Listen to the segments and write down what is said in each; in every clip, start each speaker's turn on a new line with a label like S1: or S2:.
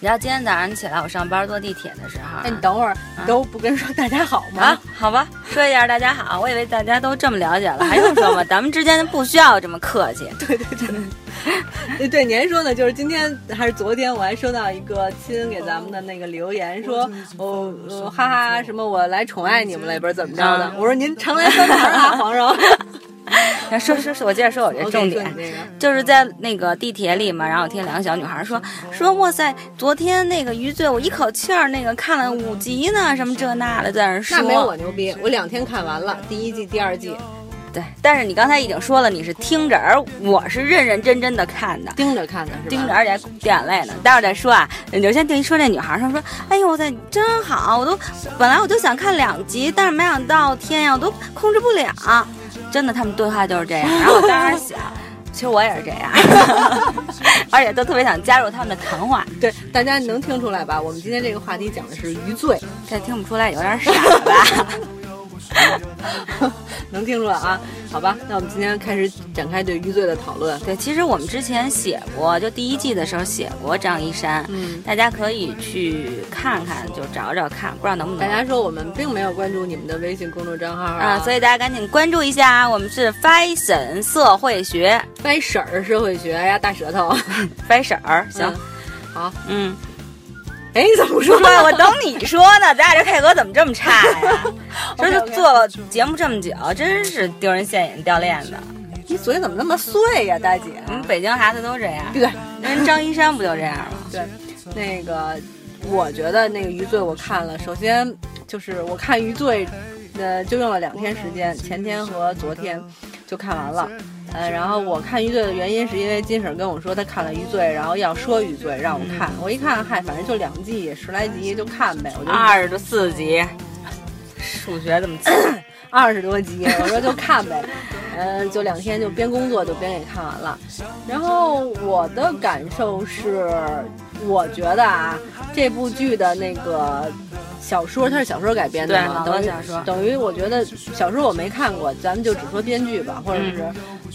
S1: 你知道今天早上起来我上班坐地铁的时候啊，
S2: 那哎你等会儿，你都不跟说大家好吗？
S1: 啊，好吧，说一下大家好，我以为大家都这么了解 了，还用说吗？咱们之间不需要这么客气。
S2: 对对对对，对您说呢，就是今天还是昨天，我还收到一个亲给咱们的那个留言，说哦、呃哈哈什么我来宠爱你们了，也不是怎么着的。我说您常来三门啊，黄 蓉。
S1: 哎说说说，我接着说我这重点
S2: OK，说你这个
S1: 就是在那个地铁里嘛，然后我听两个小女孩说说，哇塞，昨天那个余罪，我一口气儿那个看了五集呢，什么这那的在那儿说。
S2: 那没我牛逼，我两天看完了第一季、第二季，
S1: 对，但是你刚才已经说了，你是听着，而我是认认真真的看的。
S2: 盯着啊看的是吧？
S1: 盯着，而且掉眼泪呢。待会儿再说啊。刘先定一说这女孩儿，她说：“哎呦，我操，真好！啊我都本来我就想看两集，但是没想到天呀，我都控制不了。”真的，他们对话就是 这样。然后我当时想，其实我也是这样， 而且都特别想加入他们的谈话，
S2: 对，大家能听出来吧？我们今天这个话题讲的是余罪，
S1: 这听不出来有点傻 吧？
S2: 能听出来啊？好吧，那我们今天开始展开对余罪的讨论。
S1: 对，其实我们之前写过，就第一季的时候写过张一山，
S2: 嗯
S1: 大家可以去看看，就找找看，不知道能不能。
S2: 大家说我们并没有关注你们的微信公众账号
S1: 啊，所
S2: 以
S1: 以大家赶紧关注一下啊！我们是 fashion 社会学
S2: 掰婶儿社会学呀，大舌头。
S1: ，fashion 儿 行
S2: 嗯，好，
S1: 嗯，
S2: 哎，你怎么不说
S1: 说？ 我等你说呢，咱俩这配合怎么这么差 呀？ 说
S2: OK，OK
S1: 就做节目这么久，真是丢人现眼、掉链子。
S2: 你嘴怎么那么碎呀，大姐？
S1: 我们北京孩子都这 样
S2: 闭，嘴。
S1: 人张一山不就这样吗？
S2: 对，那个，我觉得那个《余罪》我看了，首先就是我看《余罪》，呃，就用了两天时间，前天和昨天就看完了。呃，然后我看《余罪》的原因是因为金婶跟我说她看了《余罪》，然后要说《余罪》让我看，我一看，嗨，反正就两季十来集就看呗，我就
S1: 二十四集，数学怎么 记？
S2: 二十多集，我说就看呗， 嗯，就两天就边工作就边给看完了。然后我的感受是，我觉得啊，这部剧的那个小说，它是小说改编的
S1: 对
S2: 嘛，
S1: 网络
S2: 等于
S1: 小说
S2: 等于我觉得小说我没看过，咱们就只说编剧吧，或者是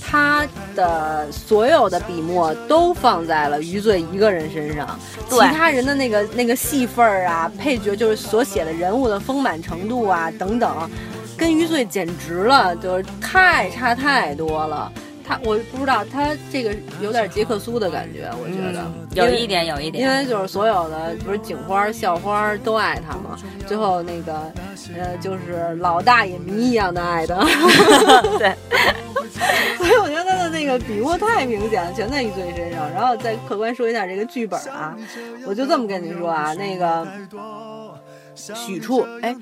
S2: 他的所有的笔墨都放在了余罪一个人身上，其
S1: 对
S2: 他人的那个那个戏份儿啊，配角就是所写的人物的丰满程度啊等等，跟余罪简直了，就是太差太多了。他我不知道，他这个有点杰克苏的感觉，我觉得、
S1: 嗯，有一点，有一
S2: 因
S1: 点，
S2: 为就是所有的不是警花、校花都爱他嘛，最后那个呃就是老大也迷一样 的爱他，
S1: 对，
S2: 所以我觉得他的那个笔墨太明显了，全在余罪身上。然后再客观说一下这个剧本啊，我就这么跟你说啊，那个许处，哎，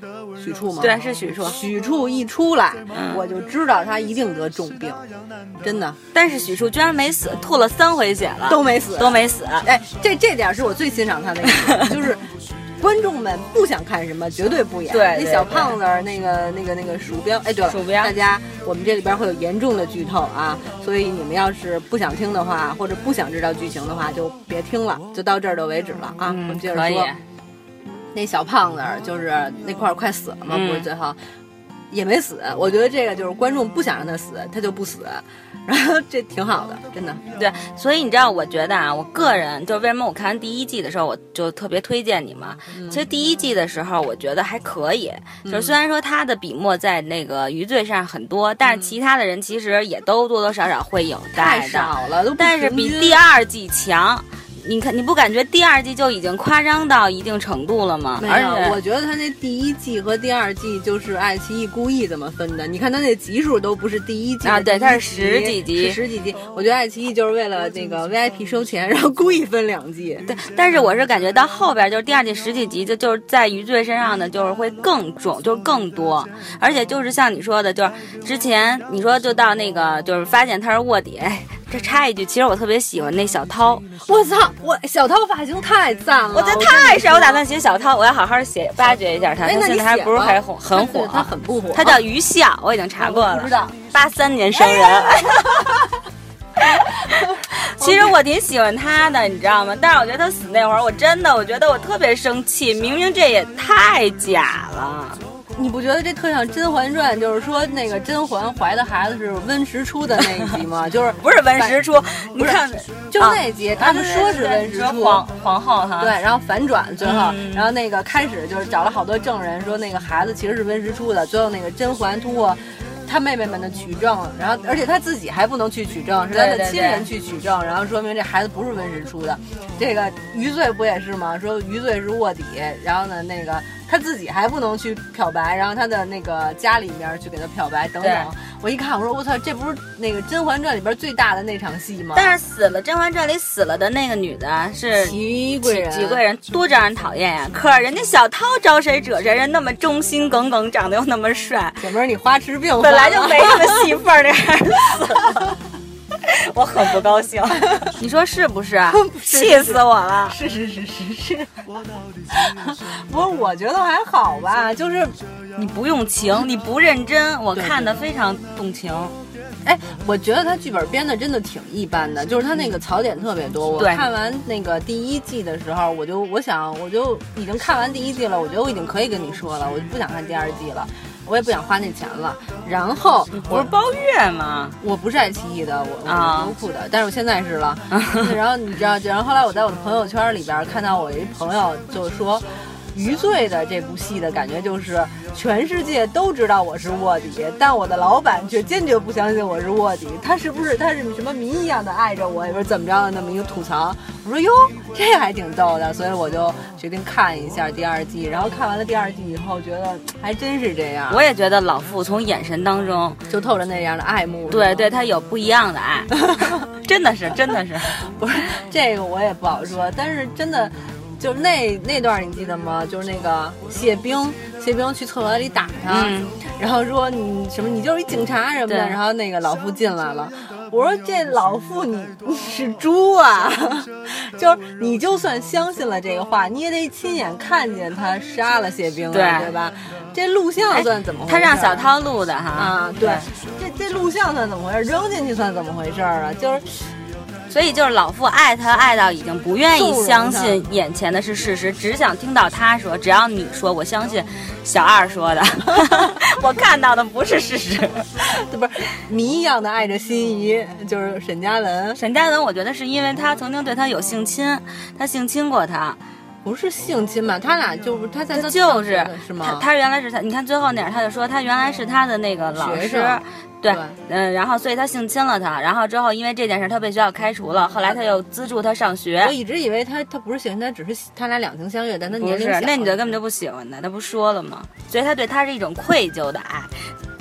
S2: 许处吗？
S1: 对，是许硕。
S2: 许处一出来，
S1: 嗯
S2: 我就知道他一定得重病，真的
S1: 但是许硕居然没死，吐了三回血了，
S2: 都没死，
S1: 都没死。
S2: 哎，这这点是我最欣赏他的一 点，就是观众们不想看什么，绝对不演。
S1: 对对
S2: 那小胖子儿，那个那个那个鼠标，哎，对了，
S1: 鼠标
S2: 大家，我们这里边会有严重的剧透啊，所以你们要是不想听的话，或者不想知道剧情的话，就别听了，就到这儿就为止了啊。我
S1: 嗯
S2: 们接着
S1: 可以
S2: 说，那小胖子儿就是那块儿快死了嘛，
S1: 嗯
S2: 不是最后。也没死，我觉得这个就是观众不想让他死，他就不死， 然后这挺好的，真的。
S1: 对，所以你知道，我觉得啊，我个人就是为什么我看完第一季的时候，我就特别推荐你嘛。
S2: 嗯
S1: 其实第一季的时候，我觉得还可以，就是虽然说他的笔墨在那个余罪上很多，但是其他的人其实也都多多少少会有
S2: 嗯太
S1: 带的，
S2: 少了，都不
S1: 但是比
S2: 平均
S1: 第二季强。你看，你不感觉第二季就已经夸张到一定程度了吗？
S2: 没
S1: 而
S2: 有，
S1: 且
S2: 我觉得他那第一季和第二季就是爱奇艺故意这么分的。你看他那集数都不是第一季
S1: 啊对
S2: 他
S1: 它是十几集哦
S2: 十几集。我觉得爱奇艺就是为了那个 VIP 收钱，然后故意分两季。
S1: 对，但是我是感觉到后边就是第二季十几集，就就是在余罪身上呢，就是会更重，就是更多，而且就是像你说的，就是之前你说就到那个就是发现他是卧底，哎这插一句，其实我特别喜欢那小涛，
S2: 我操！我小涛发型太赞了，
S1: 我觉得太帅，我打算写小涛，我要好好写挖掘一下他，
S2: 哎
S1: 他
S2: 那你
S1: 现在还
S2: 写
S1: 不是
S2: 吧
S1: 还火，很火，啊
S2: 他很不火，啊
S1: 他叫于笑，我已经查过了，
S2: 我不知道，
S1: 八三年生人。 其实我挺喜欢他的，你知道吗？但是我觉得他死那会儿，我真的我觉得我特别生气，明明这也太假了。
S2: 你不觉得这特像《甄嬛传》？就是说那个甄嬛怀的孩子是温实初的那一集吗？ 就是
S1: 不是文实初，你
S2: 不是
S1: 看，
S2: 就
S1: 啊
S2: 那集，他们说是温实
S1: 说
S2: 初，
S1: 皇皇后哈，
S2: 对，，然后反转，最后，
S1: 嗯
S2: 然后那个开始就是找了好多证人，说那个孩子其实是温实初的。最后那个甄嬛通过她妹妹们的取证，然后而且她自己还不能去取证，是她
S1: 对
S2: 的
S1: 对
S2: 亲
S1: 对
S2: 人去取证，然后说明这孩子不是温实初的。这个余罪不也是吗？说余罪是卧底，然后呢，那个她自己还不能去漂白，然后她的那个家里面去给她漂白等等
S1: 对。
S2: 我一看，我说我操，这不是那个《甄嬛传》里边最大的那场戏吗？
S1: 但是死了《甄嬛传》里死了的那个女的是
S2: 祺贵人，
S1: 祺贵人多招人讨厌呀！可人家小涛招谁惹谁？人那么忠心耿耿，长得又那么帅，
S2: 姐妹儿，你花痴病犯
S1: 本来就
S2: 了
S1: 没什 么戏份儿，这还是死了，我很不高兴。 你说是 不是？啊气死我了！
S2: 是是是是是，不是，我觉得还好吧，就是，
S1: 你不用情，你不认真，我
S2: 对
S1: 看的非常动情。
S2: 哎，我觉得他剧本编的真的挺一般的，就是他那个槽点特别多。我
S1: 对
S2: 看完那个第一季的时候，我就我想，我就已经看完第一季了，我觉得我已经可以跟你说了，我就不想看第二季了，我也不想花那钱了。然后
S1: 不
S2: 我
S1: 是包月吗？
S2: 我不是爱奇艺的，我我
S1: 啊
S2: 是优酷的，但是我现在是 了。然后你知道，然后后来我在我的朋友圈里边看到我一朋友就说，《余罪》的这部戏的感觉就是全世界都知道我是卧底，但我的老板却坚决不相信我是卧底。他是不是他是什么迷一样的爱着我，也不是怎么着的那么一个吐槽。我说哟，这还挺逗的，所以我就决定看一下第二季。然后看完了第二季以后，觉得还真是这样，
S1: 我也觉得老傅从眼神当中，
S2: 就透着那样的爱慕。是
S1: 对
S2: 吗
S1: 对，他有不一样的 爱，真的是，真的是。
S2: 不是这个我也不好说，但是真的，就是那那段儿你记得吗？就是那个谢冰，谢冰去厕所里打他，
S1: 嗯
S2: 然后说你什么你就是一警察什么的，
S1: 对
S2: 然后那个老傅进来了。我说这老傅你你是猪啊！ 就是你就算相信了这个话，你也得亲眼看见他杀了谢冰了，啊
S1: 对
S2: 对吧？这录像
S1: 哎
S2: 算怎么回事
S1: 他
S2: 儿？
S1: 让小涛录的哈。
S2: 啊，对，这这录像算怎么回事儿？扔进去算怎么回事儿啊？就是
S1: 所以就是老傅爱他爱到已经不愿意相
S2: 纵容
S1: 信眼前的是事实，只想听到他说。只要你说，我相信小二说 的，我看到的不是事实。
S2: 这不是谜一样的爱着心仪，就是沈佳文，
S1: 沈佳文，我觉得是因为他曾经对他有性侵，他性侵过他，
S2: 不是性侵吧？他俩就是他在他
S1: 就是他
S2: 是吗？
S1: 他原来是他，你看最后那样，他就说他原来是他的那个老
S2: 学
S1: 师
S2: 生，
S1: 对
S2: 对，
S1: 嗯，然后所以他性侵了他，然后之后因为这件事他被学校开除了，后来他又资助他上
S2: 我
S1: 学，
S2: 一直以为他他不是性侵，他只是他俩两情相悦，但他
S1: 不
S2: 年龄
S1: 是
S2: 小，
S1: 那女的根本就不喜欢他，他不说了吗？所以他对他是一种愧疚的爱，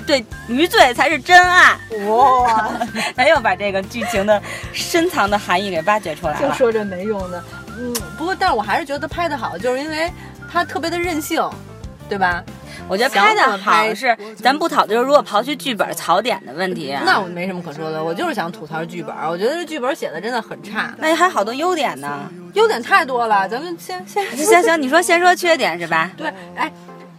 S1: 对余罪才是真爱，
S2: 哇，
S1: 咱又把这个剧情的深藏的含义给挖掘出来
S2: 就
S1: 了。
S2: 说这没用的。嗯，不过但是我还是觉得拍的好，就是因为他特别的任性，对吧？
S1: 我觉得
S2: 想
S1: 拍
S2: 怎么
S1: 的好
S2: 拍
S1: 是，咱不讨，就是如果刨去剧本槽点的问题啊，
S2: 那我没什么可说的，我就是想吐槽剧本，我觉得这剧本写的真的很差，
S1: 那还有好多优点呢。
S2: 优点太多了。咱们先先
S1: 行行，你说先说缺点是吧？
S2: 对，哎，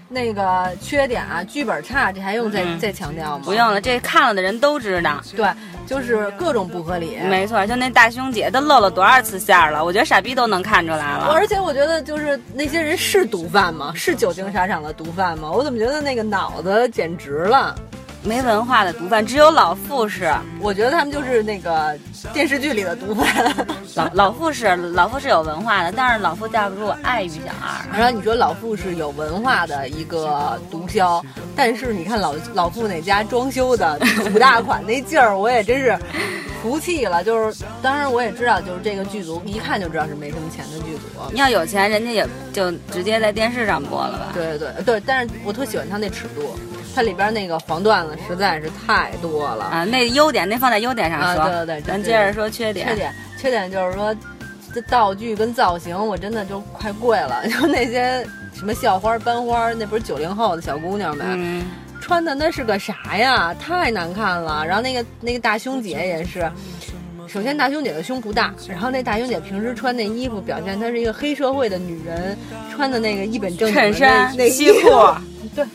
S2: 那个缺点啊，剧本差，这还用再、
S1: 嗯
S2: 再强调吗？
S1: 不。用了，这看了的人都知道。
S2: 对，就是各种不合理。
S1: 没错，就那大胸姐，她露了多少次馅儿了？我觉得傻逼都能看出来了。
S2: 而且我觉得，就是那些人是毒贩吗？是久经沙场的毒贩吗？我怎么觉得那个脑子简直了？
S1: 没文化的毒贩，只有老傅是
S2: 我觉得他们就是那个电视剧里的毒贩。
S1: 老老傅是老傅是有文化的，但是老傅架不住爱于小二。
S2: 然后你说老傅是有文化的一个毒枭，但是你看老老傅那家装修的土大款那劲儿，我也真是服气了。就是当然我也知道，就是这个剧组一看就知道是没什么钱的剧组。啊
S1: 你要有钱，人家也就直接在电视上播了吧？
S2: 对对对对，但是我特喜欢他那尺度，它里边那个黄段子实在是太多了。
S1: 啊，那优点那放在优点上说，
S2: 啊对对对
S1: 咱
S2: 对
S1: 接着说缺点。
S2: 缺点缺点就是说，这道具跟造型我真的就快跪了， 就那些。什么校花、班花，那不是九零后的小姑娘们，
S1: 嗯，
S2: 穿的那是个啥呀？太难看了。然后那个那个大胸姐也是，首先大胸姐的胸不大，然后那大胸姐平时穿那衣服，表现她是一个黑社会的女人，穿的那个一本正经的
S1: 衬衫、
S2: 那那
S1: 西
S2: 衣
S1: 裤
S2: 服，对，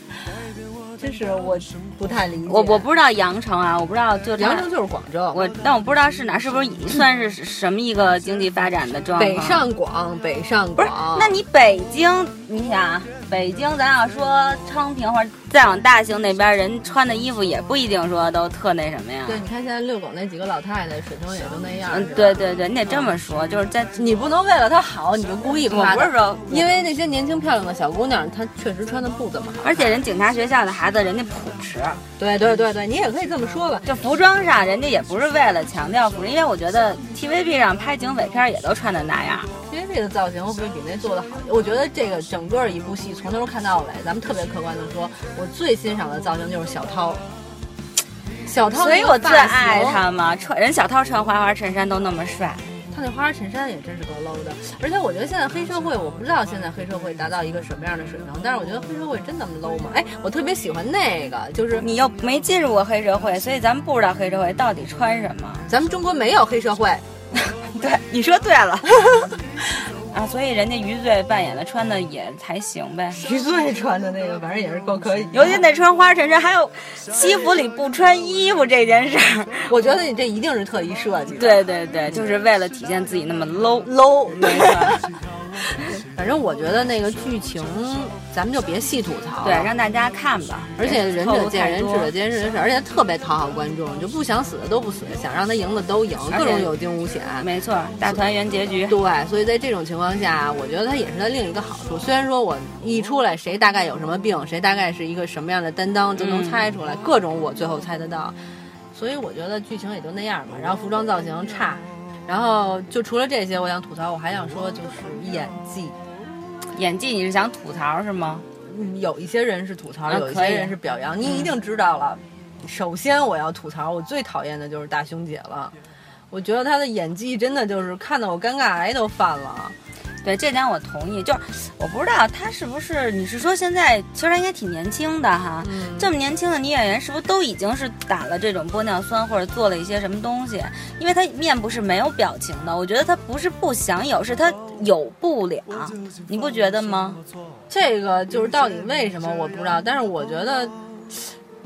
S2: 真是我不太理解。
S1: 我我不知道羊城啊，我不知道就它
S2: 扬州就是广州，
S1: 我但我不知道是哪，是不是算是什么一个经济发展的状况？
S2: 北上广，北上
S1: 嗯不是
S2: 广，。
S1: 那你北京你想啊，北京咱要说昌平或者再往大兴那边，人穿的衣服也不一定说都特那什么呀。
S3: 对，你看现在遛狗那几个老太太，水中也都那样。
S1: 嗯
S3: 是，吧
S1: 对，对对，你得这么说，就是在
S2: 你不能为了她好你就故意
S1: 我
S2: 夸
S1: 不是
S2: 她，
S1: 说，
S2: 因为那些年轻漂亮的小姑娘，她确实穿的不怎么好。
S1: 而且人警察学校的孩子，人家朴实，
S2: 对对对对，你也可以这么说吧。
S1: 就服装上人家也不是为了强调服，因为我觉得 TVB 上拍警匪片也都穿的那样。
S2: 因为这个造型会不会比那做的好？我觉得这个整个一部戏从头看到尾，咱们特别客观的说，我最欣赏的造型就是小涛。小涛，
S1: 所以我最爱。他嘛，穿人小涛穿花花衬衫都那么帅，
S2: 他那花儿衬衫也真是够 low 的，而且我觉得现在黑社会，我不知道现在黑社会达到一个什么样的水平，但是我觉得黑社会真那么 low 吗？哎，我特别喜欢那个，就是
S1: 你又没进入过黑社会，所以咱们不知道黑社会到底穿什么。
S2: 咱们中国没有黑社会，
S1: 对，你说对了。 啊，所以人家余罪扮演的穿的也还行呗，
S2: 徐醉穿的那个，反正也是够可以。
S1: 尤其那穿花衬衫，还有西服里不穿衣服这件事儿。
S2: 我觉得你这一定是特意设计的。
S1: 对对对，就是为了体现自己那么 low。
S2: low，
S1: 没错，
S2: 反正我觉得那个剧情，咱们就别细吐槽。
S1: 对，让大家看吧。
S2: 而且仁
S1: 透
S2: 者
S1: 露
S2: 见
S1: 太
S2: 仁，
S1: 多
S2: 智者见智，而且特别讨好观众，就不想死的都不死，想让他赢的都赢，
S1: 而且
S2: 各种有惊无险。
S1: 没错，大团圆结局。
S2: 对，所以在这种情况下，我觉得它也是它另一个好处。虽然说我一出来谁大概有什么病，谁大概是一个什么样的担当，就能
S1: 嗯
S2: 猜出来，各种我最后猜得到。所以我觉得剧情也就那样吧，然后服装造型差，然后就除了这些，我想吐槽，我还想说就是演技。
S1: 演技你是想吐槽是吗？
S2: 嗯有一些人是吐槽，
S1: 啊
S2: 有一
S1: 可
S2: 些
S1: 以嗯
S2: 人是表扬，你一定知道了。首先我要吐槽，我最讨厌的就是大胸姐了，我觉得她的演技真的就是看得我尴尬癌都犯了。
S1: 对，这点我同意。就是我不知道他是不是，你是说现在其实他应该挺年轻的哈，这么年轻的女演员是不是都已经是打了这种玻尿酸或者做了一些什么东西？因为她面部是没有表情的，我觉得她不是不想有，是她有不了，你不觉得吗？
S2: 这个就是到底为什么我不知道，但是我觉得。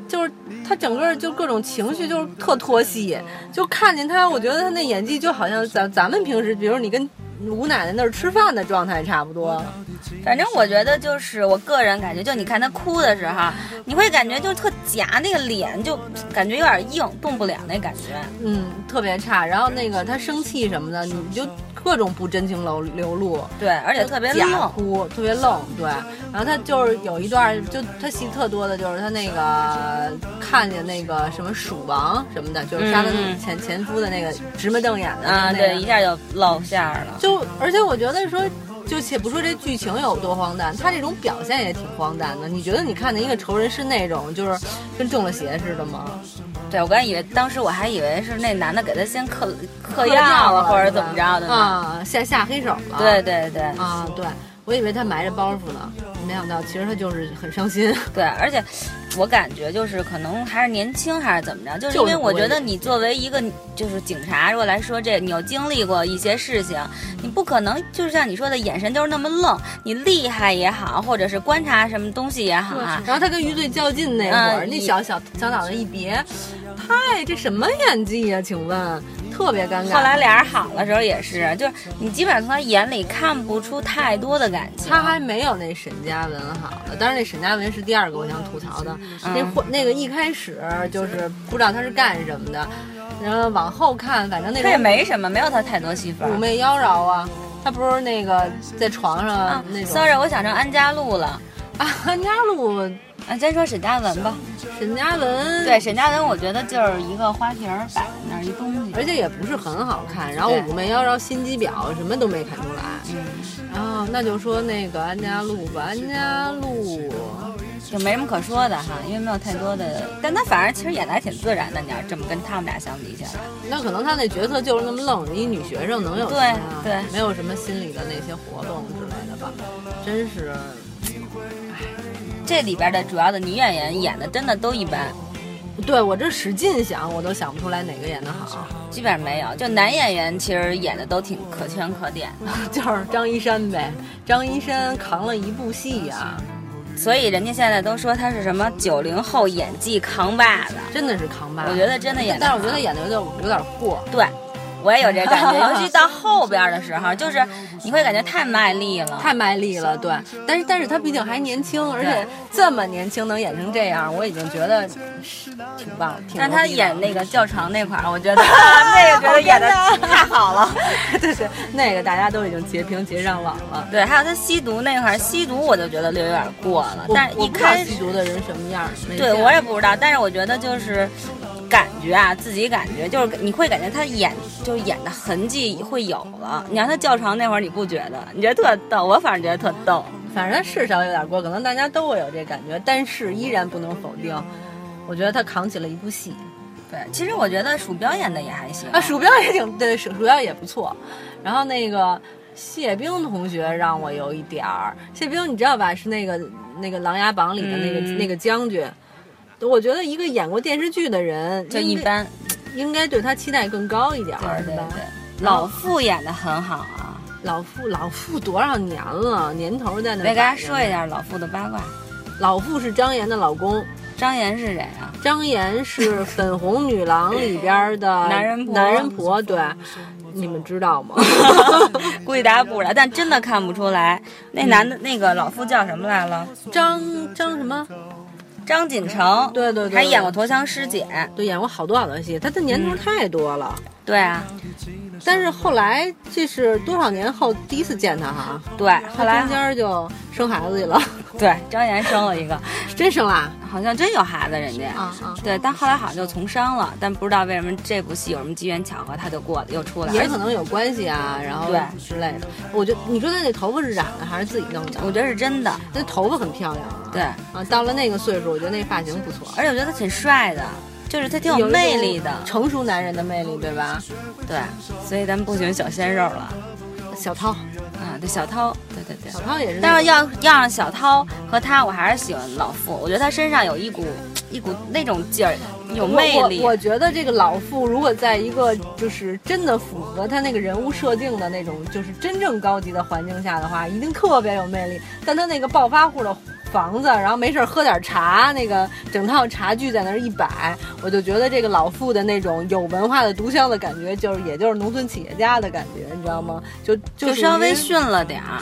S2: 就是她整个就各种情绪就是特脱戏，就看见她，我觉得她那演技就好像咱咱们平时，比如你跟吴奶奶那儿吃饭的状态差不多。
S1: 反正我觉得就是我个人感觉，就你看她哭的时候，你会感觉就特夹，那个脸就感觉有点硬，动不了那感觉。
S2: 嗯，特别差。然后那个他生气什么的，你就各种不真情流流露，
S1: 对，而且特别
S2: 假
S1: 愣。
S2: 哭，特别愣。对，然后他就是有一段，就他戏特多的，就是他那个看见那个什么蜀王什么的，就是杀他
S1: 嗯嗯
S2: 前前夫的那个直目瞪眼的
S1: 啊，
S2: 那个
S1: 对，一下就露馅儿了。
S2: 就而且我觉得说，就且不说这剧情有多荒诞，他这种表现也挺荒诞的。你觉得你看的一个仇人是那种就是跟中了邪似的吗？
S1: 对，我刚以为当时我还以为是那男的给他先嗑嗑
S2: 药
S1: 药
S2: 了
S1: 了，或者
S2: 是吧
S1: 怎么着的呢？
S2: 啊，下下黑手了。
S1: 对对对
S2: 啊，对，我以为他埋着包袱呢，没想到其实他就是很伤心。
S1: 对，而且我感觉就是可能还是年轻还是怎么着，就是因
S2: 就
S1: 为
S2: 是不
S1: 我
S2: 会
S1: 觉得你作为一个就是警察，如果来说这你有经历过一些事情，你不可能就是像你说的眼神就是那么愣，你厉害也好，或者是观察什么东西也好啊，
S2: 然后他跟余罪较劲那会儿，
S1: 嗯
S2: 那
S1: 一
S2: 小小小脑袋一别，嗨，这什么演技呀、请问，特别尴尬。
S1: 后来俩人好的时候也是，就是你基本上从他眼里看不出太多的感情。
S2: 他还没有那沈佳文好呢，当然那沈佳文是第二个我想吐槽的。那
S1: 嗯
S2: 会那个一开始就是不知道他是干什么的，然后往后看，反正那
S1: 他也
S2: 种
S1: 没什么，没有他太多戏份儿。
S2: 妩媚妖娆啊，他不是那个在床
S1: 啊
S2: 上那种
S1: ，sorry，我想成安家路了。
S2: 啊，安家路
S1: 啊，先说沈佳文吧。
S2: 沈佳文
S1: 对，沈佳文，我觉得就是一个花瓶儿摆在那儿一东西。
S2: 而且也不是很好看，然后
S1: 对嗯
S2: 妩媚妖娆、心机婊什么都没看出来。然后那就说那个安家路吧，安家路，
S1: 就没什么可说的哈，因为没有太多的，但他反而其实演的还挺自然的。你要这么跟他们俩相比起来，
S2: 那可能她那角色就是那么愣，一女学生能有什么呀？
S1: 对对
S2: 没有什么心理的那些活动之类的吧，真是。
S1: 这里边的主要的女演员演的真的都一般，
S2: 对我这使劲想，我都想不出来哪个演的 好，
S1: 基本上没有。就男演员其实演的都挺可圈可点，
S2: 就是张一山呗。张一山扛了一部戏呀、
S1: 所以人家现在都说他是什么九零后演技扛把子，
S2: 真的是扛把子。
S1: 我觉得真的演得
S2: 但
S1: 好。
S2: 是我觉得演的有点有点过。
S1: 对，我也有这感 觉，尤其到后边的时候，就是你会感觉太卖力了，
S2: 太卖力了，对。但是但是他毕竟还年轻，而且这么年轻能演成这样，我已经觉得挺棒。挺
S1: 但
S2: 牛
S1: 他
S2: 逼的
S1: 演那个教场那块儿，我觉得 那个觉得演的
S2: 啊
S1: 太好了。
S2: 对对，那个大家都已经截屏截上网了。
S1: 对，还有他吸毒那块儿，吸毒我就觉得略有点过了，但是
S3: 我
S1: 一
S3: 不知道
S1: 开始
S3: 吸毒的人什么样儿，没
S1: 对
S3: 见
S1: 我也不知道，但是我觉得就是感觉啊，自己感觉就是你会感觉他演就是演的痕迹会有了。你让他叫床那会儿你不觉得？你觉得特逗，我反正觉得特逗。
S2: 反正是稍微有点过，可能大家都会有这感觉，但是依然不能否定，我觉得他扛起了一部戏
S1: 对，其实我觉得鼠标演的也还行
S2: 啊。鼠标也挺对，鼠鼠标也不错。然后那个谢冰同学让我有一点儿，谢冰你知道吧？是那个那个《琅琊榜》里的那个、
S1: 嗯
S2: 那个将军。我觉得一个演过电视剧的人，
S1: 就一，般，
S2: 应该对他期待更高一点
S1: 对
S2: 儿，是
S1: 对
S2: 吧？
S1: 对，老傅演的很好啊。
S2: 老傅老傅多少年了，年头在那摆着呢。
S1: 来给大家说一下老傅的八卦，
S2: 老傅是张岩的老公，
S1: 张岩是谁啊？
S2: 张岩是《 粉红女郎》里边的
S1: 男人婆
S2: 男人婆，对，你们知道吗？
S1: 估计大家不知道，但真的看不出来。那男的，那个老傅叫什么来了？
S2: 张张什么？
S1: 张锦成，
S2: 对对对对
S1: 还演过《陀枪师姐》。
S2: 对，演过好多好多戏，他的年
S1: 嗯
S2: 头太多了。
S1: 对啊，
S2: 但是后来这是多少年后第一次见他哈，
S1: 对，后
S2: 他
S1: 来
S2: 中间就生孩子去了，
S1: 对张岩生了一个，
S2: 真生啦
S1: 好像真有孩子，人家。
S2: 啊啊！
S1: 对，但后来好像就从商了，但不知道为什么这部戏有什么机缘巧合，他就过了，又出来
S2: 也
S1: 了。
S2: 可能有关系啊，然后
S1: 对
S2: 之类的。我觉得你说他那头发是染的还是自己弄的？
S1: 我觉得是真的，
S2: 那头发很漂亮啊。
S1: 对，
S2: 啊，到了那个岁数，我觉得那发型不错，
S1: 而且我觉得他挺帅的，就是他挺
S2: 有
S1: 有
S2: 一种
S1: 魅力的。
S2: 成熟男人的魅力，对吧？
S1: 对，所以咱们不选小鲜肉了
S2: 小涛，
S1: 啊，对小涛，对对对
S2: 小。涛也是那
S1: 但
S2: 个、
S1: 是要要让小涛和他，我还是喜欢老傅，我觉得他身上有一股一股那种劲儿，有魅力
S2: 我我。我觉得这个老傅如果在一个就是真的符合他那个人物设定的那种，就是真正高级的环境下的话，一定特别有魅力。但他那个暴发户的房子，然后没事儿喝点茶，那个整套茶具在那儿一摆，我就觉得这个老傅的那种有文化的毒枭的感觉，就是也就是农村企业家的感觉，你知道吗？就
S1: 就
S2: 就属于
S1: 稍微逊了点儿，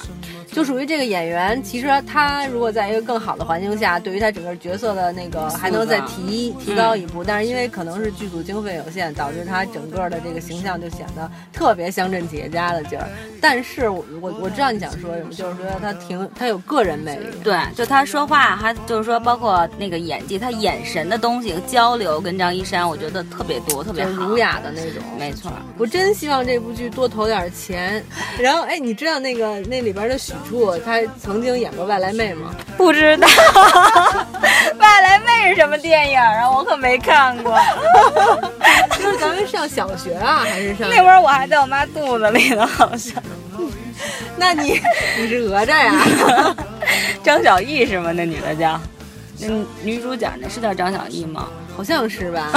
S2: 就属于这个演员，其实他如果在一个更好的环境下，对于他整个角色的那个还能再提
S1: 嗯
S2: 提高一步，但是因为可能是剧组经费有限，导致他整个的这个形象就显得特别乡镇企业家的劲儿。但是我我我知道你想说什么，就是说他挺他有个人魅力，
S1: 对，就他说话，他就是说，包括那个演技，他眼神的东西交流跟张一山，我觉得特别多，特别
S2: 就
S1: 好，
S2: 儒，雅的那种。
S1: 没错。
S2: 我真希望这部剧多投点钱。然后哎，你知道那个那里边的许褚，他曾经演过外来妹吗？
S1: 不知道 外来妹是什么电影啊？我可没看 过，
S2: 就是咱们上小学啊，还是 上
S1: 那会儿我还在我妈肚子里呢，好像。
S2: 那你 你是哪吒呀？
S1: 张小艺是吗？那女的叫，那女主角那是叫张小艺吗？
S2: 好像是 吧，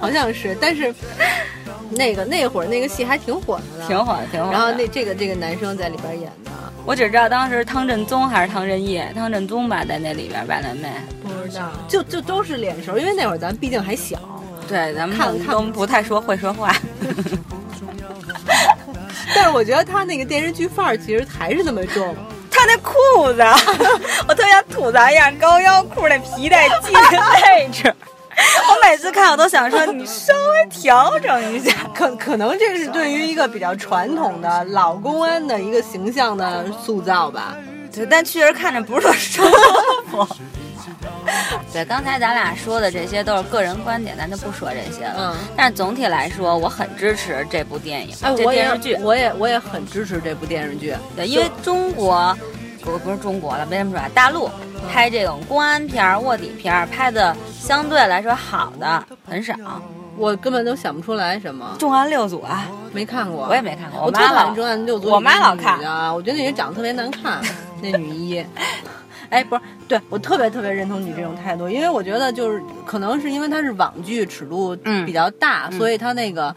S2: 好像是，但是那个那会儿那个戏还挺火的，
S1: 挺。火的，挺火的。
S2: 然后那这个这个男生在里边演的，
S1: 我只知道当时汤镇宗还是汤镇业，汤镇宗吧，在那里边外来妹。
S3: 不知道。
S2: 就就都是脸熟，因为那会儿咱毕竟还小。
S1: 对，咱们
S2: 看
S1: 都
S2: 看
S1: 都不太说会说话。
S2: 但是我觉得他那个电视剧范儿其实还是那么重，
S1: 他那裤子， 我特想吐槽一下高腰裤那皮带系的位置。我每次看我都想说，你稍微调整一下。
S2: 可可能这是对于一个比较传统的老公安的一个形象的塑造吧。
S1: 对，但确实看着不是特舒服。 对，刚才咱俩说的这些都是个人观点，咱就不说这些了。
S2: 嗯
S1: 但是总体来说，我很支持这部电影、这
S2: 哎我也
S1: 电视剧。
S2: 我也我也很支持这部电视剧。
S1: 对，因为中国不不是中国了，没这么说啊，大陆拍这种公安片儿、卧底片儿拍的相对来说好的很少，《
S2: 我根本都想不出来什么，
S1: 重案六组》啊，
S2: 没看过。
S1: 我也没看过，
S2: 我特
S1: 妈
S2: 讨
S1: 老
S2: 厌重案六组，
S1: 我妈老看
S2: 啊，我觉得那人长得特别难 看，那女一。 哎，不是，对我特别特别认同你这种态度，因为我觉得就是可能是因为它是网剧，尺度
S1: 嗯
S2: 比较大，所以它那个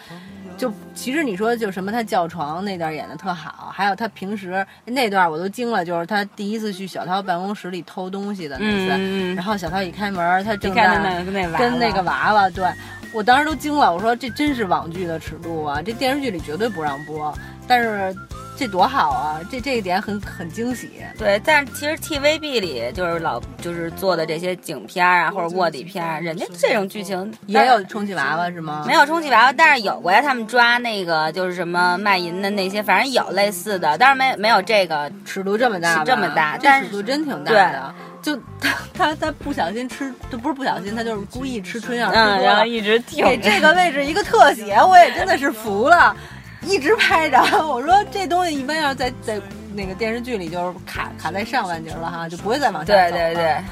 S2: 就其实你说就什么他叫床那段演的特好，还有他平时那段我都惊了，就是他第一次去小涛办公室里偷东西的那次，
S1: 嗯嗯嗯
S2: 然后小涛一开门，他
S1: 你
S2: 正在
S1: 看那那那娃娃
S2: 跟那个娃娃，对我当时都惊了，我说这真是网剧的尺度啊，这电视剧里绝对不让播，但是这多好啊，这这一点很很惊喜。
S1: 对，但是其实 TVB 里就是老就是做的这些警片儿啊，或者卧底片儿，人家这种剧情
S2: 也有充气娃娃是吗？
S1: 没有充气娃娃，但是有过呀，他们抓那个就是什么卖淫的那些，反正有类似的，但是没没有这个。
S2: 尺度这么大吧，
S1: 是这么大
S2: 这
S1: 但
S2: 尺
S1: 是
S2: 度真挺大的。就他他他不小心吃，就不是不小心，他就是故意吃春药，吃多
S1: 嗯，然后
S2: 了。
S1: 一直挺
S2: 给 这个位置一个特写，我也真的是服了，一直拍着。我说这东西一般要是在在那个电视剧里就是卡卡在上半截了哈，就不会再往下
S1: 对
S2: 走
S1: 对
S2: 了
S1: 对，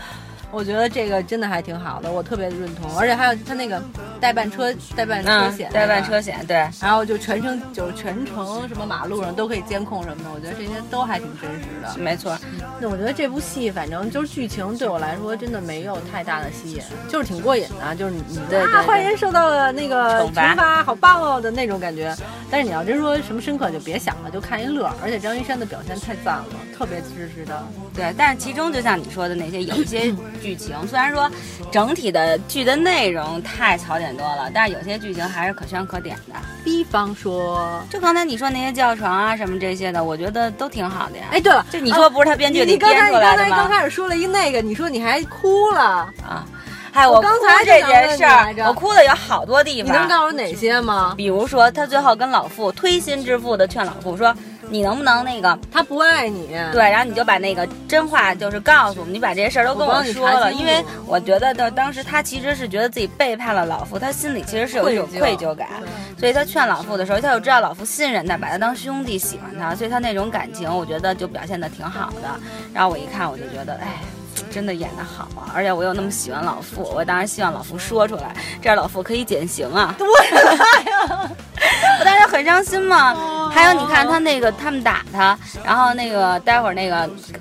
S2: 我觉得这个真的还挺好的，我特别认同。而且还有他那个代办车代办车
S1: 嗯
S2: 险，，
S1: 代办车。险，对，
S2: 然后就全程就是全程什么马路上都可以监控什么的，我觉得这些都还挺真实的。
S1: 没错。
S2: 那我觉得这部戏反正就是剧情对我来说真的没有太大的吸引，就是挺过瘾的，就是你你
S1: 对对
S2: 啊
S1: 对
S2: 坏人受到了那个
S1: 惩罚
S2: 罚，好棒哦的那种感觉。但是你要真说什么深刻就别想了，就看一乐儿。而且张一山的表现太赞了，特别支持的。
S1: 对，但是其中就像你说的那些，有一些剧情，虽然说整体的剧的内容太槽点多了，但是有些剧情还是可圈可点的。
S2: 比方说，
S1: 就刚才你说那些教床啊什么这些的，我觉得都挺好的 呀。
S2: 哎，，对了，
S1: 这你说不是他编剧
S2: 你
S1: 里
S2: 你刚
S1: 编
S2: 才
S1: 出
S2: 你刚
S1: 来
S2: 才
S1: 的
S2: 刚
S1: 吗？
S2: 开始说了一那个，你说你还哭了，
S1: 啊，嗨，
S2: 我
S1: 我
S2: 刚
S1: 哭
S2: 才
S1: 这
S2: 就想问
S1: 件
S2: 你
S1: 事儿
S2: 来着，
S1: 我哭的有好多地
S2: 你能
S1: 方。
S2: 告诉我哪些吗？
S1: 比如说，他最后跟老傅推心置腹的劝老傅说：“你能不能那个
S2: 他不爱你，
S1: 对，然后你就把那个真话就是告诉我们，你把这些事儿都跟
S2: 我帮你
S1: 说
S2: 查
S1: 了，
S2: 清
S1: 因为
S2: 楚
S1: 我觉得到当时他其实是觉得自己背叛了老夫，他心里其实是有一种愧
S2: 愧疚
S1: 疚感，所以他劝老夫的时候，他就知道老夫信任他，把他当兄弟喜欢他，所以他那种感情，我觉得就表现的挺好的。然后我一看，我就觉得，哎。真的演的好啊！而且我又那么喜欢老傅，我当然希望老傅说出来，这样老傅可以减刑啊！ 对呀，我当时很伤心
S2: 哦
S1: 嘛。还有你看他那个他们打他，然后那个待会儿那个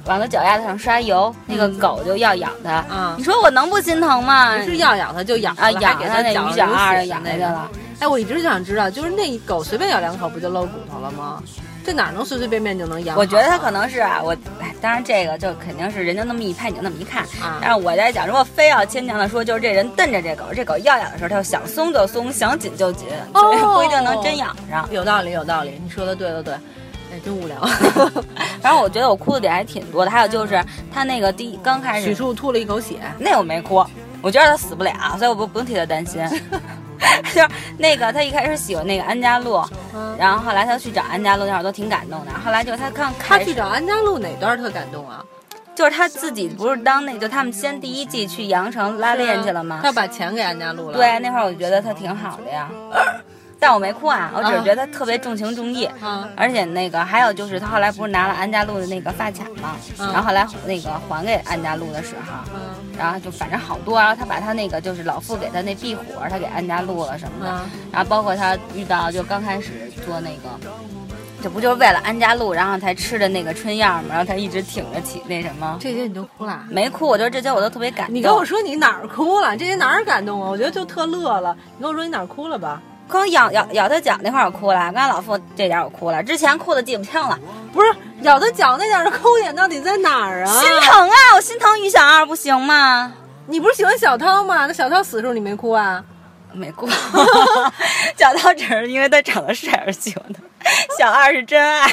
S1: 往他脚丫子上刷油，那
S2: 嗯
S1: 个狗就要咬他，
S2: 啊
S1: 你说我能不心疼吗？
S2: 不是要咬他就咬
S1: 嗯啊，
S2: 了
S1: 咬
S2: 还给
S1: 他那
S2: 绞
S1: 鱼角
S2: 流血
S1: 二
S2: 的
S1: 咬下
S2: 那
S1: 去
S2: 个
S1: 了。
S2: 哎，我一直就想知道，就是那狗随便咬两口不就露骨头了吗？这哪能随随便便就能养好啊？
S1: 我觉得他可能是啊，我哎，当然这个就肯定是人家那么一拍，你就那么一看。
S2: 啊
S1: 但是我在想，如果非要牵强的说，就是这人瞪着这狗，这狗要咬的时候，他就想松就松，想紧就紧，
S2: 哦
S1: 所以不一定能真咬上。
S2: 有道理，有道理，你说的对对对。哎，真无聊。
S1: 反正我觉得我哭的点还挺多的。还有就是他那个第一刚开
S2: 许
S1: 始，
S2: 褚吐了一口血，
S1: 那我没哭，我觉得他死不了，所以我不不用替他担心。 就是那个他一开始喜欢那个安家路，
S2: 嗯
S1: 然后后来他去找安家路那会儿都挺感动的。后来就他看
S2: 他
S1: 开始
S2: 去找安家路哪段特感动啊？
S1: 就是他自己不是当那就他们先第一季去羊城拉
S2: 啊
S1: 练去了吗
S2: 他？要把钱给安家路了。
S1: 对，那会儿我觉得他挺好的呀，但我没哭啊，我只是觉得他特别重情重义。
S2: 啊，
S1: 而且那个还有就是，他后来不是拿了安家路的那个发卡吗？
S2: 嗯
S1: 然后后来那个还给安家路的时候，
S2: 嗯
S1: 然后就反正好多，然啊后他把他那个就是老傅给他那壁虎，他给安家录了什么的
S2: 嗯，
S1: 然后包括他遇到就刚开始做那个，这不就是为了安家路，然后才吃的那个春药嘛，然后他一直挺着起那什么，
S2: 这些你都哭了。啊
S1: 没哭，我觉得这些我都特别感动。
S2: 你跟我说你哪儿哭了？这些哪儿感动啊？我觉得就特乐了。你跟我说你哪儿哭了吧？
S1: 光咬咬咬他脚那块儿我哭了，刚才老傅这点儿我哭了，之前哭的记不清了，
S2: 不是咬他脚那点儿的哭点到底在哪儿啊？
S1: 心疼啊，我心疼于小二不行吗？
S2: 你不是喜欢小涛吗？那小涛死的时候你没哭啊？
S1: 没 哭，小涛只是因为他长得帅而喜欢他，小二是真爱。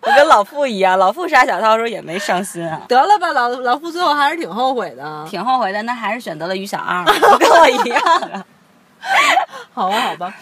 S1: 我跟老傅一样，老傅杀小涛的时候也没上心啊，
S2: 得了吧，老老傅最后还是挺后悔的。
S1: 挺后悔的，但还是选择了于小 二，我跟我一样啊。
S2: 好吧，好吧，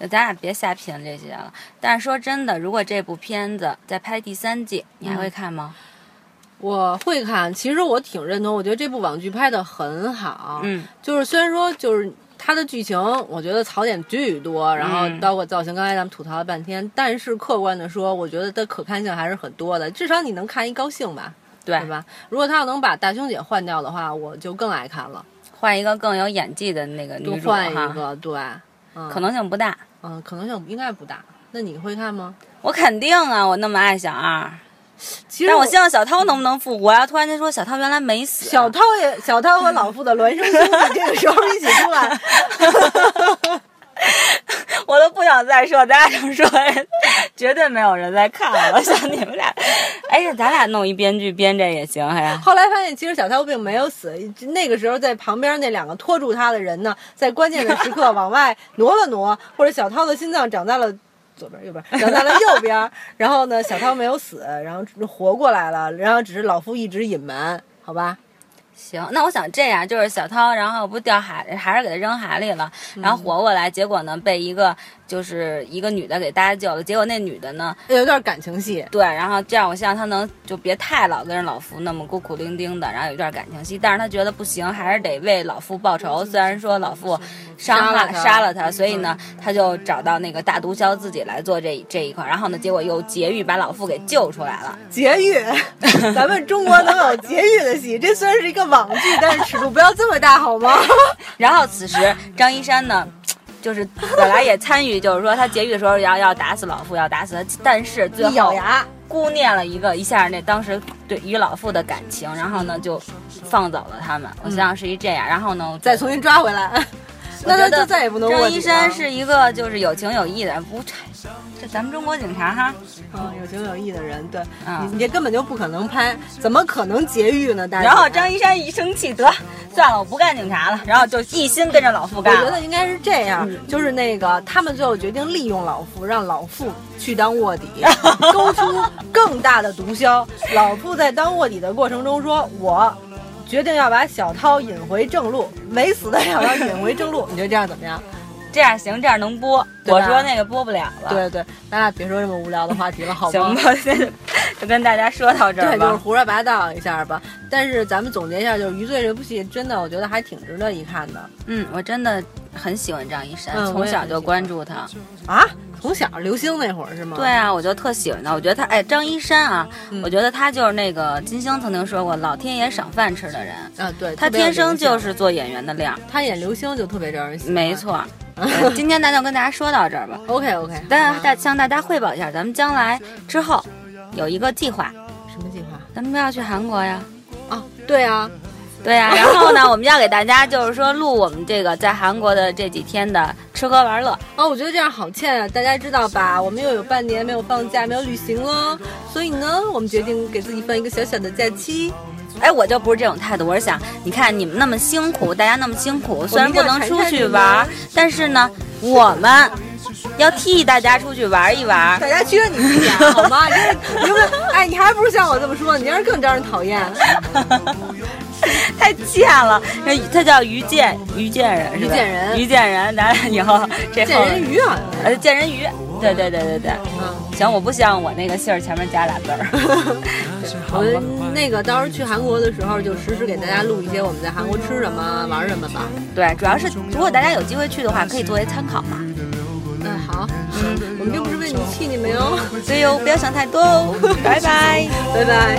S1: 咱俩别瞎评这些了。但是说真的，如果这部片子再拍第三季，你还会看吗？
S2: 我会看。其实我挺认同，我觉得这部网剧拍的很好。
S1: 嗯，
S2: 就是虽然说就是它的剧情，我觉得槽点巨多，然后
S1: 嗯
S2: 包括造型，刚才咱们吐槽了半天，但是客观的说，我觉得它可看性还是很多的，至少你能看一高兴吧，
S1: 对
S2: 对吧？
S1: 哎
S2: 如果他要能把大胸姐换掉的话，我就更爱看了，
S1: 换一个更有演技的那个
S2: 多
S1: 女主
S2: 换一
S1: 哈，
S2: 个，对，嗯，
S1: 可能性不大。
S2: 嗯，可能性应该不大。那你会看吗？
S1: 我肯定啊，我那么爱小二，
S2: 其实
S1: 但我希望小涛能不能复活呀、啊突然间说小涛原来没死，啊
S2: 小涛也，小 涛和老傅的孪生兄弟这个时候一起出来，
S1: 我都不想再说，咱俩想说，绝对没有人在看了，像你们俩， 哎呀，咱俩弄一编剧编这也行，哎，
S2: 后来发现，其实小跳病没有死。那个时候，在旁边那两个拖住他的人呢，在关键的 时刻往外挪了挪，或者小涛的心脏长在了左边、右边，长在了右边。然 后呢，小涛没有死，然后活过来了。然后只是老夫一直隐瞒，好吧？
S1: 行，那我想这样，就是小涛，然后不掉海，还是给他扔海里了，然后活过来，结果呢被一个就是一个女的给搭救了，结果那女的呢，
S2: 有段感情戏，
S1: 对，然后这样我希望他能就别太老跟人老夫那么孤苦伶仃的，然后有一段感情戏，但是他觉得不行，还是得为老夫报仇，虽然说老夫伤害
S2: 杀了他嗯
S1: 杀了他，所以呢，他就找到那个大毒枭自己来做这这一块，然后呢，结果又劫狱把老夫给救出来了。
S2: 劫狱，咱们中国能有劫狱 的戏？这虽然是一个网剧，但是尺度不要这么大，好吗？
S1: 然后此时张一山呢，就是本来也参与，就是说他劫狱的时候要要打死老妇，要打死他，但 是啊最
S2: 一咬
S1: 后
S2: 牙，
S1: 姑念了一个一下那当时对与老妇的感情，然后呢就放走了他们。我想想是一这样，然后呢
S2: 再重新抓回来，
S1: 我
S2: 那
S1: 觉
S2: 他
S1: 得
S2: 就再也不能卧
S1: 张
S2: 底
S1: 一山
S2: 了
S1: 是一个就是有情有义的人，不，这这咱们中国警察哈，
S2: 嗯，有情有义的人，对、
S1: 嗯
S2: 你，你这根本就不可能拍，怎么可能劫狱呢？大家。
S1: 然后张一山一生气，得算了，我不干警察了，然后就一心跟着老妇
S2: 我
S1: 干了。
S2: 觉得应该是这样，就是那个他们最后决定利用老傅，让老傅去当卧 底，勾出更大的毒枭。老傅在当卧底的过程中说：“我决定要把小涛引回正路，没死的小涛引回正路。”你觉得这样怎 么样？
S1: 这样行，这样能播。
S2: 对
S1: 我
S2: 吧
S1: 说那个播不了了。
S2: 对对，咱俩别说这么无聊的话题了，好
S1: 行
S2: 吗？
S1: 吧，现在就跟大家说到这儿
S2: 对，就是
S1: 吧。
S2: 胡说八道一下吧。但是咱们总结一下，就是《余罪》这部戏真的，我觉得还挺值得一看的
S1: 嗯，我真的很喜欢张一山，
S2: 嗯
S1: 从小就关注他。
S2: 啊。从小流星那会儿是吗？
S1: 对啊，我就特喜欢他。我觉得他，哎，张一山啊，
S2: 嗯
S1: 我觉得他就是那个金星曾经说过，老天爷赏饭吃的人。
S2: 啊，对，
S1: 他
S2: 特别有
S1: 天生
S2: 流星
S1: 就是做演员的料，
S2: 他演流星就特别招人喜欢。
S1: 没 错。对今天咱就跟大家说到这儿吧。
S2: OK OK，
S1: 但大向大家汇报一下，咱们将来之后有一个计划，
S2: 什么计划
S1: 咱们要去韩国呀。
S2: 啊？对啊，
S1: 对呀、然后 呢，我们要给大家就是说录我们这个在韩国的这几天的吃喝玩乐。
S2: 啊，我觉得这样好欠啊！大家知道吧？我们又有半年没有放假，没有旅行了，所以呢，我们决定给自己放一个小小的假期。
S1: 哎，我就不是这种态度，我是想，你看你们那么辛苦，大家那么辛苦，虽然
S2: 一
S1: 不
S2: 定要
S1: 能
S2: 传
S1: 出
S2: 下
S1: 去
S2: 去
S1: 玩
S2: 呢，
S1: 但是呢，我们要替大家出去玩一玩。
S2: 大家缺你一点好吗？你 这你们哎，你还不如像我这么说，你这样更招人讨厌。
S1: 太贱了，那他叫于建，于建人是吧？
S2: 于建仁
S1: 于建仁，咱俩以 后这
S2: 见
S1: 后
S2: 人鱼好像
S1: 呃建仁于，对对对对对，
S2: 嗯，
S1: 行，我不希望我那个姓儿前面加俩字儿。
S2: 我们那个到时候去韩国的时候，就实时给大家录一些我们在韩国吃什么、玩什么吧。
S1: 对，主要是如果大家有机会去的话，可以作为参考嘛。
S2: 嗯，好，我们并不是为你气你们哦，
S1: 所以哦不要想太多哦， 拜拜。
S2: 拜拜。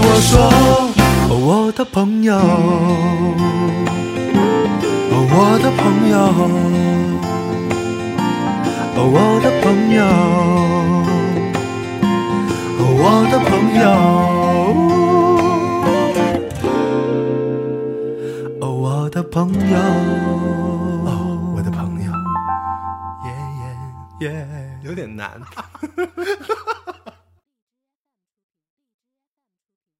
S4: 我说。哦，我的朋友，哦，我的朋友，哦，我的朋友，哦，我的朋友，哦，我的朋友，哦，我的朋友，耶耶耶。
S5: 有点难。